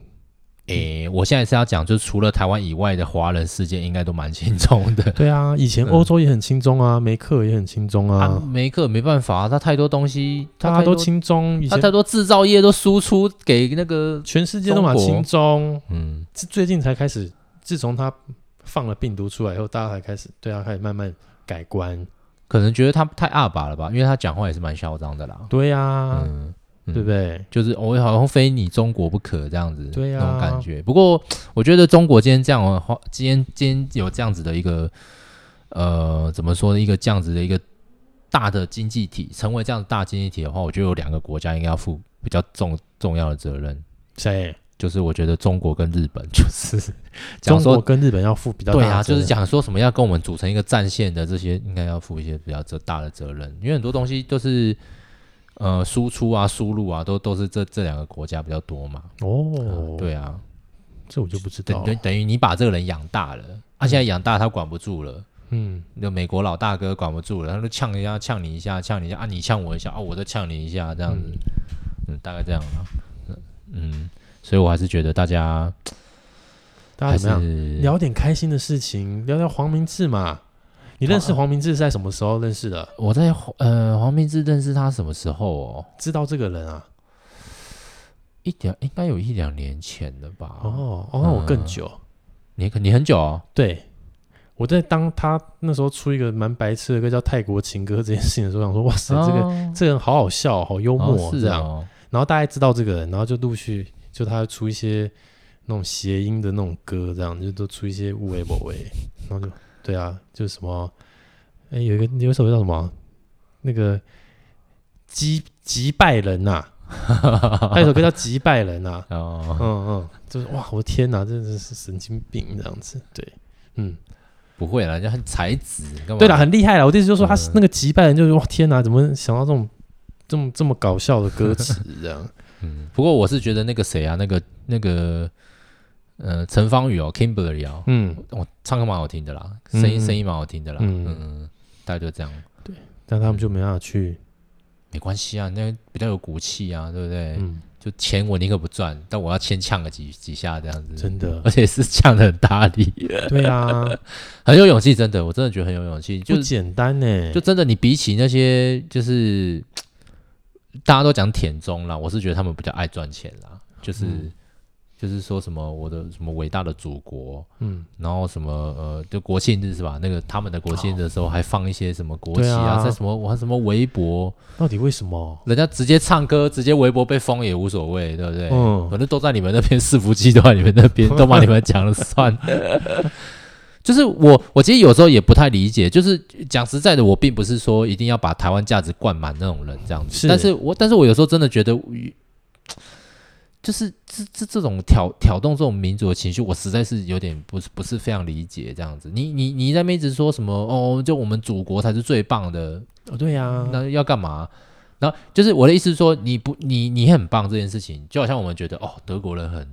Speaker 1: 诶、我现在是要讲，就除了台湾以外的华人世界，应该都蛮轻中的。
Speaker 2: 对啊，以前
Speaker 1: 嗯
Speaker 2: 欧洲也很轻松啊，梅克也很轻松
Speaker 1: 啊，
Speaker 2: 啊，
Speaker 1: 没课没办法，他太多东西，
Speaker 2: 大
Speaker 1: 他
Speaker 2: 家
Speaker 1: 太
Speaker 2: 都
Speaker 1: 多，
Speaker 2: 轻松，以
Speaker 1: 他
Speaker 2: 前
Speaker 1: 太多制造业都输出给那个，
Speaker 2: 全世界都蛮轻松，
Speaker 1: 嗯，
Speaker 2: 是最近才开始，自从他放了病毒出来以后，大家才开始对啊他开始慢慢改观。
Speaker 1: 可能觉得他太阿爸了吧，因为他讲话也是蛮嚣张的啦。
Speaker 2: 对啊，
Speaker 1: 嗯，嗯
Speaker 2: 对不对？
Speaker 1: 就是我、哦、好像非你中国不可这样子，
Speaker 2: 对啊
Speaker 1: 那种感觉。不过我觉得中国今天这样的话，今天今天有这样子的一个呃，怎么说呢？一个这样子的一个大的经济体，成为这样的大经济体的话，我觉得有两个国家应该要负比较重重要的责任，
Speaker 2: 谁？
Speaker 1: 就是我觉得中国跟日本，就是讲
Speaker 2: 中国
Speaker 1: 说。
Speaker 2: 跟日本要负比较大
Speaker 1: 对
Speaker 2: 的
Speaker 1: 啊，
Speaker 2: 责
Speaker 1: 就
Speaker 2: 任
Speaker 1: 是讲说什么要跟我们组成一个战线的这些，应该要负一些比较责大的责任，因为很多东西都是呃输出啊、输入啊，都都是这这两个国家比较多嘛。
Speaker 2: 哦，，
Speaker 1: 对啊，
Speaker 2: 这我就不知道
Speaker 1: 等
Speaker 2: 了。
Speaker 1: 等等于你把这个人养大了，他、啊、现在养大他管不住了，
Speaker 2: 嗯，
Speaker 1: 那美国老大哥管不住了，他就呛一下，呛你一下，呛你一下啊，你呛我一下啊，我再呛你一下，这样子，嗯大概这样了，嗯，所以我还是觉得大家
Speaker 2: 大
Speaker 1: 还
Speaker 2: 家怎么样？
Speaker 1: 是
Speaker 2: 聊点开心的事情，聊聊黄明志嘛。你认
Speaker 1: 哦
Speaker 2: 识黄明志是在什么时候认识的？
Speaker 1: 我在黄呃黄明志认识他什么时候哦？
Speaker 2: 知道这个人啊？
Speaker 1: 一两应该有一两年前了吧？
Speaker 2: 哦，哦，
Speaker 1: 嗯
Speaker 2: 那我更久。
Speaker 1: 你可你很久哦，
Speaker 2: 对，我在当他那时候出一个蛮白痴的歌叫《泰国情歌》这件事情的时候，想说哇塞，这个
Speaker 1: 哦
Speaker 2: 这个人好好笑哦，好幽默
Speaker 1: 哦
Speaker 2: 哦
Speaker 1: 是
Speaker 2: 这
Speaker 1: 啊
Speaker 2: 样。
Speaker 1: 哦，
Speaker 2: 然后大概知道这个人，然后就陆续就他出一些那种谐音的那种歌，这样就都出一些无为不为，然后就对啊，就是什么，哎，有一个有一首歌叫什么，那个击击败人呐、还有一首歌叫击败人呐、
Speaker 1: 哦
Speaker 2: 嗯嗯，就是哇，我的天哪，真的是神经病这样子，对，嗯，
Speaker 1: 不会啦，人家很才子，你干嘛？
Speaker 2: 对了，很厉害了，我的意思就是说他是那个击败人，就是哇天哪，怎么想到这种这么这么搞笑的歌词 这样？
Speaker 1: 嗯，不过我是觉得那个谁啊，那个那个呃，陈芳宇哦，Kimberly 哦，
Speaker 2: 嗯。
Speaker 1: 我、唱歌蛮好听的啦，声音、
Speaker 2: 嗯
Speaker 1: 声音蛮好听的啦，
Speaker 2: 嗯
Speaker 1: 嗯嗯，大概就这样，
Speaker 2: 但他们就没办法去，
Speaker 1: 没关系啊，那比较有骨气啊，对不对？
Speaker 2: 嗯，
Speaker 1: 就钱我宁可不赚，但我要先呛个几几下这样子，
Speaker 2: 真的
Speaker 1: 而，且是呛的很大力，
Speaker 2: 对 啊，
Speaker 1: 很有勇气，真的，我真的觉得很有勇气，
Speaker 2: 不
Speaker 1: 就
Speaker 2: 简单呢，
Speaker 1: 就真的你比起那些就是大家都讲舔中啦，我是觉得他们比较爱赚钱啦，就是。
Speaker 2: 嗯
Speaker 1: 就是说什么我的什么伟大的祖国，
Speaker 2: 嗯，
Speaker 1: 然后什么呃，就国庆日是吧？那个他们的国庆日的时候还放一些什么国旗
Speaker 2: 对啊
Speaker 1: 啊，在什么我什么微博，
Speaker 2: 到底为什么？
Speaker 1: 人家直接唱歌，直接微博被封也无所谓，对不对？
Speaker 2: 嗯
Speaker 1: 反正都在你们那边，伺服器都在你们那边，都把你们讲了算。就是我，我其实有时候也不太理解。就是讲实在的，我并不是说一定要把台湾价值灌满那种人这样子，
Speaker 2: 是
Speaker 1: 但是我但是我有时候真的觉得，就是这这这种挑挑动这种民族的情绪，我实在是有点不是不是非常理解这样子。你你你在那边一直说什么哦，就我们祖国才是最棒的，
Speaker 2: 哦，对呀、
Speaker 1: 那要干嘛？然后就是我的意思是说，你不你你很棒这件事情，就好像我们觉得哦，德国人很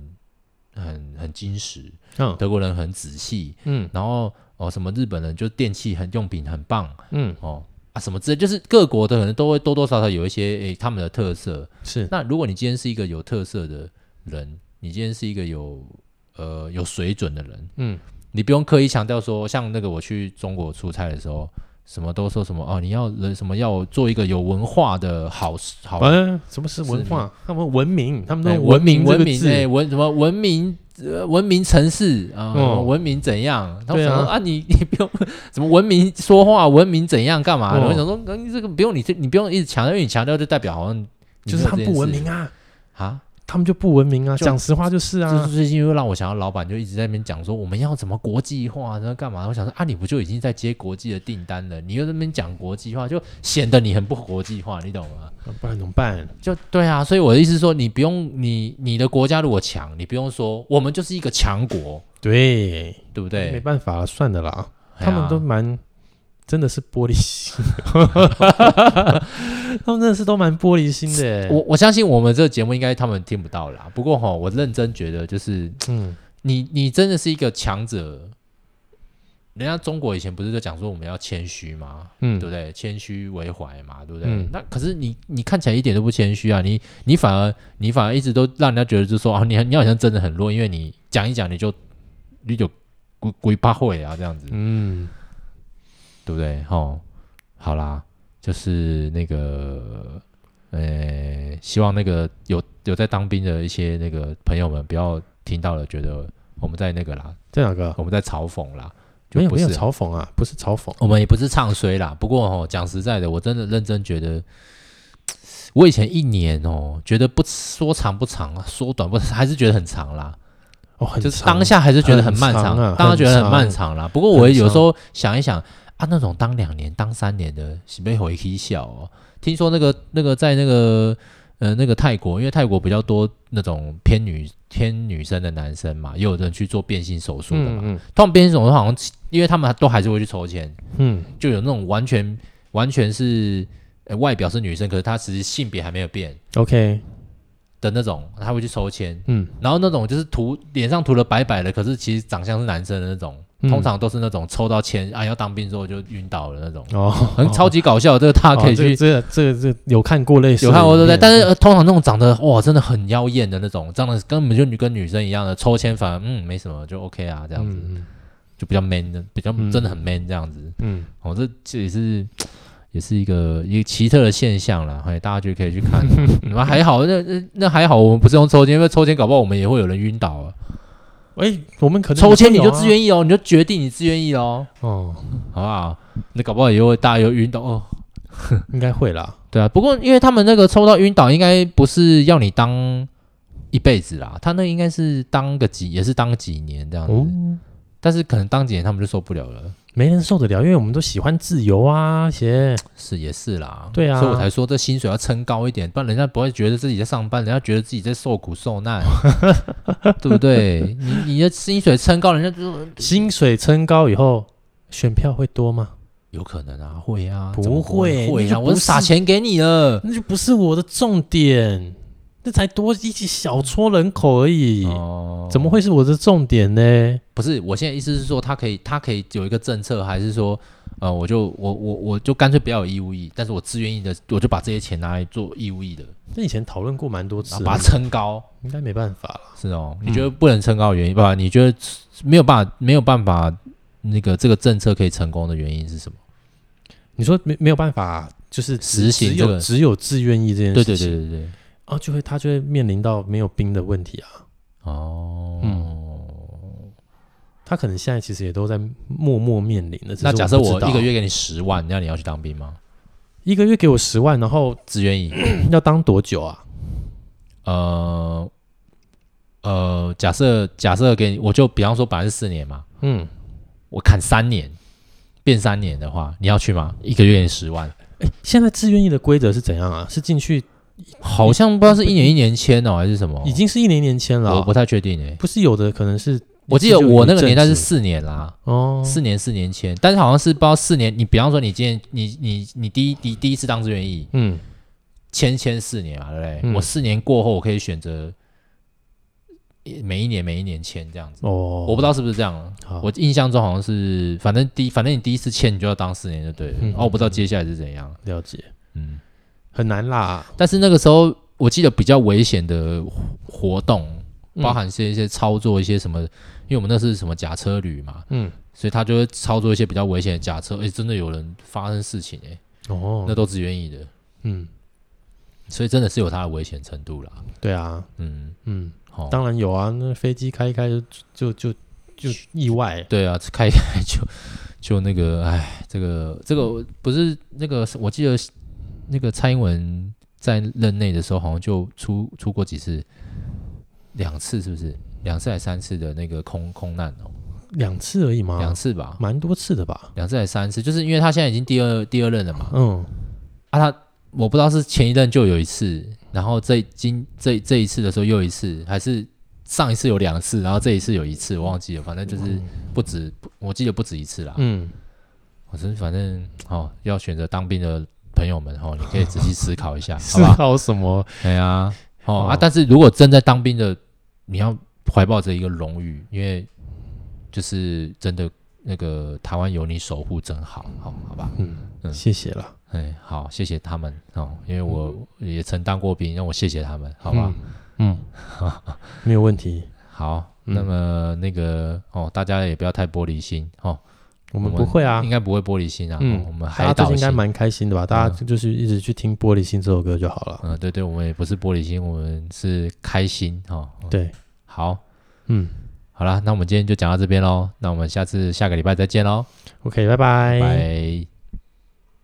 Speaker 1: 很很矜持，
Speaker 2: 嗯
Speaker 1: 德国人很仔细，
Speaker 2: 嗯
Speaker 1: 然后哦什么日本人就电器很用品很棒
Speaker 2: 嗯，
Speaker 1: 哦啊什么之类，就是各国的可能都会多多少少有一些诶他们的特色。
Speaker 2: 是
Speaker 1: 那如果你今天是一个有特色的人，你今天是一个有呃有水准的人，
Speaker 2: 嗯，
Speaker 1: 你不用刻意强调说，像那个我去中国出差的时候，什么都说什么哦，你要人什么要做一个有文化的好好、
Speaker 2: 嗯，什么是文化？他们文明，他们
Speaker 1: 哎
Speaker 2: 都
Speaker 1: 文明
Speaker 2: 这
Speaker 1: 文
Speaker 2: 个
Speaker 1: 明
Speaker 2: 字
Speaker 1: 哎、文什么文明。呃文明城市啊，什么
Speaker 2: 哦
Speaker 1: 文明怎样？然后我
Speaker 2: 对啊
Speaker 1: 想说啊，你 你不用什么文明说话，文明怎样干嘛的？
Speaker 2: 哦
Speaker 1: 我想说，呃你这个不用你这你不用一直强调，因为你强调就代表好像你
Speaker 2: 就是
Speaker 1: 没有
Speaker 2: 他
Speaker 1: 这
Speaker 2: 们
Speaker 1: 件
Speaker 2: 不文
Speaker 1: 事
Speaker 2: 明啊，
Speaker 1: 啊。
Speaker 2: 他们就不文明啊，
Speaker 1: 就
Speaker 2: 讲实话就是
Speaker 1: 这
Speaker 2: 啊，
Speaker 1: 最近又让我想到，老板就一直在那边讲说我们要怎么国际化，然后干嘛？我想说啊，你不就已经在接国际的订单了？你又在那边讲国际化，就显得你很不国际化，你懂吗？
Speaker 2: 啊不然怎么办？
Speaker 1: 就对啊，所以我的意思是说，你不用你你的国家如果强，你不用说我们就是一个强国，
Speaker 2: 对，
Speaker 1: 对不
Speaker 2: 没
Speaker 1: 对？
Speaker 2: 办法了，算的啦，
Speaker 1: 哎
Speaker 2: 他
Speaker 1: 呀
Speaker 2: 们都蛮。真的是玻璃心，他们真的 是都蛮玻璃心的耶。
Speaker 1: 我我相信我们这个节目应该他们听不到啦。不过哈，我认真觉得就是
Speaker 2: 嗯，
Speaker 1: 你你真的是一个强者。人家中国以前不是就讲说我们要谦虚吗？
Speaker 2: 嗯
Speaker 1: 对不对？谦虚为怀嘛，对不对？
Speaker 2: 嗯
Speaker 1: 那可是你，你看起来一点都不谦虚啊！你，你反而，你反而一直都让人家觉得，就是说啊，你你好像真的很弱，因为你讲一讲你就你就鬼鬼八会啊，这样子，
Speaker 2: 嗯，
Speaker 1: 对不对？哦，好啦，就是那个，呃，希望那个有有在当兵的一些那个朋友们不要听到了，觉得我们在那个啦，
Speaker 2: 这两个
Speaker 1: 我们在嘲讽啦，就
Speaker 2: 没有
Speaker 1: 不
Speaker 2: 没
Speaker 1: 是
Speaker 2: 有嘲讽啊，不是嘲讽，
Speaker 1: 我们也不是唱衰啦，不过哦，讲实在的，我真的认真觉得，我以前一年哦，觉得不说长不长啊，说短不还是觉得很长啦，
Speaker 2: 哦，很
Speaker 1: 就是
Speaker 2: 长
Speaker 1: 当下还是觉得很漫
Speaker 2: 很
Speaker 1: 长，
Speaker 2: 长啊
Speaker 1: 当然觉得很
Speaker 2: 很长
Speaker 1: 漫长啦。不过我
Speaker 2: 很长
Speaker 1: 有时候想一想啊，那种当两年、当三年的，是被回去笑哦。听说那个那个在那个呃那个泰国，因为泰国比较多那种偏女偏女生的男生嘛，也有人去做变性手术的嘛。
Speaker 2: 嗯
Speaker 1: 他们变性手术好像，因为他们都还是会去抽签。
Speaker 2: 嗯
Speaker 1: 就有那种完全完全是、呃、外表是女生，可是她其实性别还没有变
Speaker 2: 嗯，OK，
Speaker 1: 的那种，她会去抽签。
Speaker 2: 嗯，
Speaker 1: 然后那种就是涂脸上涂了白白的，可是其实长相是男生的那种，
Speaker 2: 嗯
Speaker 1: 通常都是那种抽到签啊要当兵之后就晕倒了那种，
Speaker 2: 哦，
Speaker 1: 很超级搞笑。这个大家可以去、
Speaker 2: 这个这个这个有看过类似的
Speaker 1: 有看过对不对？
Speaker 2: 影片
Speaker 1: 但是、呃通常那种长得哇真的很妖艳的那种，长得根本就女跟女生一样的，抽签反而嗯没什么就 OK 啊这样子，
Speaker 2: 嗯
Speaker 1: 就比较 man 的，比较、
Speaker 2: 嗯
Speaker 1: 真的很 man 这样子。
Speaker 2: 嗯
Speaker 1: 哦，这这也是也是一个一个奇特的现象啦，嘿，大家就可以去 看。那还好，那那那还好，我们不是用抽签，因为抽签搞不好我们也会有人晕倒啊。
Speaker 2: 嗯，哎，我们可能
Speaker 1: 抽签你
Speaker 2: 也会
Speaker 1: 就
Speaker 2: 有啊
Speaker 1: 自愿意哦，你就决定你自愿意 哦，
Speaker 2: 哦，
Speaker 1: 好不好？那搞不好也会大家有晕倒哦。
Speaker 2: 应该会啦，
Speaker 1: 对啊，不过因为他们那个抽到晕倒，应该不是要你当一辈子啦，他那应该是当个几，也是当几年这样子。
Speaker 2: 哦，
Speaker 1: 但是可能当几年他们就受不了了，
Speaker 2: 没人受得了，因为我们都喜欢自由啊，些
Speaker 1: 是也是啦，
Speaker 2: 对啊
Speaker 1: 所以我才说这薪水要撑高一点，不然人家不会觉得自己在上班，人家觉得自己在受苦受 难，对不对？你你的薪水撑高，人家就说
Speaker 2: 薪水撑高以后，选票会多吗？
Speaker 1: 有可能啊，会啊，
Speaker 2: 不
Speaker 1: 怎么会
Speaker 2: 会
Speaker 1: 会
Speaker 2: 那
Speaker 1: 啊，
Speaker 2: 就
Speaker 1: 我
Speaker 2: 不
Speaker 1: 都
Speaker 2: 是
Speaker 1: 撒钱给你了。
Speaker 2: 那就不是我的重点，那才多一起小撮人口而已，
Speaker 1: 哦，
Speaker 2: 怎么会是我的重点呢？
Speaker 1: 不是？我现在意思是说，他可以，他可以有一个政策，还是说，呃，我就我我我就干脆不要有义务役，但是我自愿意的，我就把这些钱拿来做义务役的，
Speaker 2: 那以前讨论过蛮多
Speaker 1: 然
Speaker 2: 次
Speaker 1: 后
Speaker 2: 的，
Speaker 1: 把它撑高。
Speaker 2: 应该没办法了。
Speaker 1: 是哦，
Speaker 2: 嗯
Speaker 1: 你觉得不能撑高的原因，不、你觉得没有办法，没有办法，那个这个政策可以成功的原因是什么？
Speaker 2: 你说没没有办法，就是只
Speaker 1: 实行
Speaker 2: 只
Speaker 1: 这
Speaker 2: 有
Speaker 1: 个
Speaker 2: 只有自愿意这件
Speaker 1: 对
Speaker 2: 事情，
Speaker 1: 对对对对，
Speaker 2: 啊，就会他就会面临到没有兵的问题啊。嗯
Speaker 1: 哦，
Speaker 2: 他可能现在其实也都在默默面临的。只是
Speaker 1: 那假设我
Speaker 2: 我不知道
Speaker 1: 一个月给你十万，那你要去当兵吗？
Speaker 2: 一个月给我十万，然后
Speaker 1: 自愿意？
Speaker 2: 要当多久啊？
Speaker 1: 呃呃，假设假设给你，我就比方说本来是四年嘛，
Speaker 2: 嗯，
Speaker 1: 我砍三年，变三年的话，你要去吗？一个月给你十万，
Speaker 2: 现在自愿意的规则是怎样啊？是进去
Speaker 1: 好像不知道是一年一年签哦，还是什么，
Speaker 2: 已经是一年年签了
Speaker 1: 我
Speaker 2: 啊，
Speaker 1: 不太确定诶。
Speaker 2: 不是有的可能是，
Speaker 1: 我记得
Speaker 2: 就有一
Speaker 1: 我那个年代是
Speaker 2: 阵子
Speaker 1: 四年啦，
Speaker 2: 哦，
Speaker 1: 四年四年签，但是好像是不知道四年，你比方说你今天你你你第一第第一次当志愿役
Speaker 2: 嗯
Speaker 1: 签签四年嘛，对不对？
Speaker 2: 嗯
Speaker 1: 我四年过后我可以选择每一年每一年签这样子，
Speaker 2: 哦，
Speaker 1: 我不知道是不是这样啊
Speaker 2: 好，
Speaker 1: 我印象中好像是，反正第反正你第一次签你就要当四年就对了，
Speaker 2: 嗯
Speaker 1: 哦，我不知道接下来是怎样，
Speaker 2: 了解，
Speaker 1: 嗯。
Speaker 2: 很难啦，
Speaker 1: 但是那个时候，我记得比较危险的活动，包含是一些操作一些什么，因为我们那是什么假车旅嘛，
Speaker 2: 嗯
Speaker 1: 所以他就会操作一些比较危险的假车，哎、真的有人发生事情哎、那
Speaker 2: 哦，
Speaker 1: 都自愿意的，
Speaker 2: 嗯，
Speaker 1: 所以真的是有它的危险程度啦。
Speaker 2: 对啊，
Speaker 1: 嗯，
Speaker 2: 嗯，
Speaker 1: 好，
Speaker 2: 当然有啊，那飞机开一开就就就就意外，
Speaker 1: 对啊， 开一开就就那个，哎，这个这个不是那个，我记得那个蔡英文在任内的时候，好像就出出过几次，两次是不是？两次还三次的那个空空难哦，
Speaker 2: 两次而已嘛，
Speaker 1: 两次吧，
Speaker 2: 蛮多次的吧，
Speaker 1: 两次还三次，就是因为他现在已经第二第二任了嘛，
Speaker 2: 嗯，
Speaker 1: 啊他，我不知道是前一任就有一次，然后这今这这一次的时候又一次，还是上一次有两次，然后这一次有一次，我忘记了，反正就是不止，不我记得不止一次啦。
Speaker 2: 嗯，
Speaker 1: 我真反正哦，要选择当兵的朋友们哦，你可以仔细思考一 下，好
Speaker 2: 思
Speaker 1: 吧？
Speaker 2: 考什么？
Speaker 1: 对啊，哦啊
Speaker 2: 哦，
Speaker 1: 但是如果真在当兵的，你要怀抱着一个荣誉，因为就是真的那个台湾有你守护真好，好好吧？
Speaker 2: 嗯，
Speaker 1: 嗯
Speaker 2: 谢谢了，
Speaker 1: 哎，好，谢谢他们哦，因为我也曾当过兵，让我谢谢他们，好吧？
Speaker 2: 嗯， 没有问题，
Speaker 1: 好，
Speaker 2: 嗯
Speaker 1: 那么那个哦，大家也不要太玻璃心哦，
Speaker 2: 我们不会啊
Speaker 1: 应。该不会玻璃心啊，
Speaker 2: 嗯
Speaker 1: 哦我们
Speaker 2: 大
Speaker 1: 海
Speaker 2: 家最
Speaker 1: 岛
Speaker 2: 近应该
Speaker 1: 型
Speaker 2: 蛮开心的吧？大家就是一直去听《玻璃心》这首歌就好了。
Speaker 1: 嗯，对对，我们也不是玻璃心，我们是开心哦。
Speaker 2: 对，
Speaker 1: 好，
Speaker 2: 嗯
Speaker 1: 好啦，那我们今天就讲到这边喽，那我们下次下个礼拜再见喽，
Speaker 2: ，OK，拜拜
Speaker 1: 拜。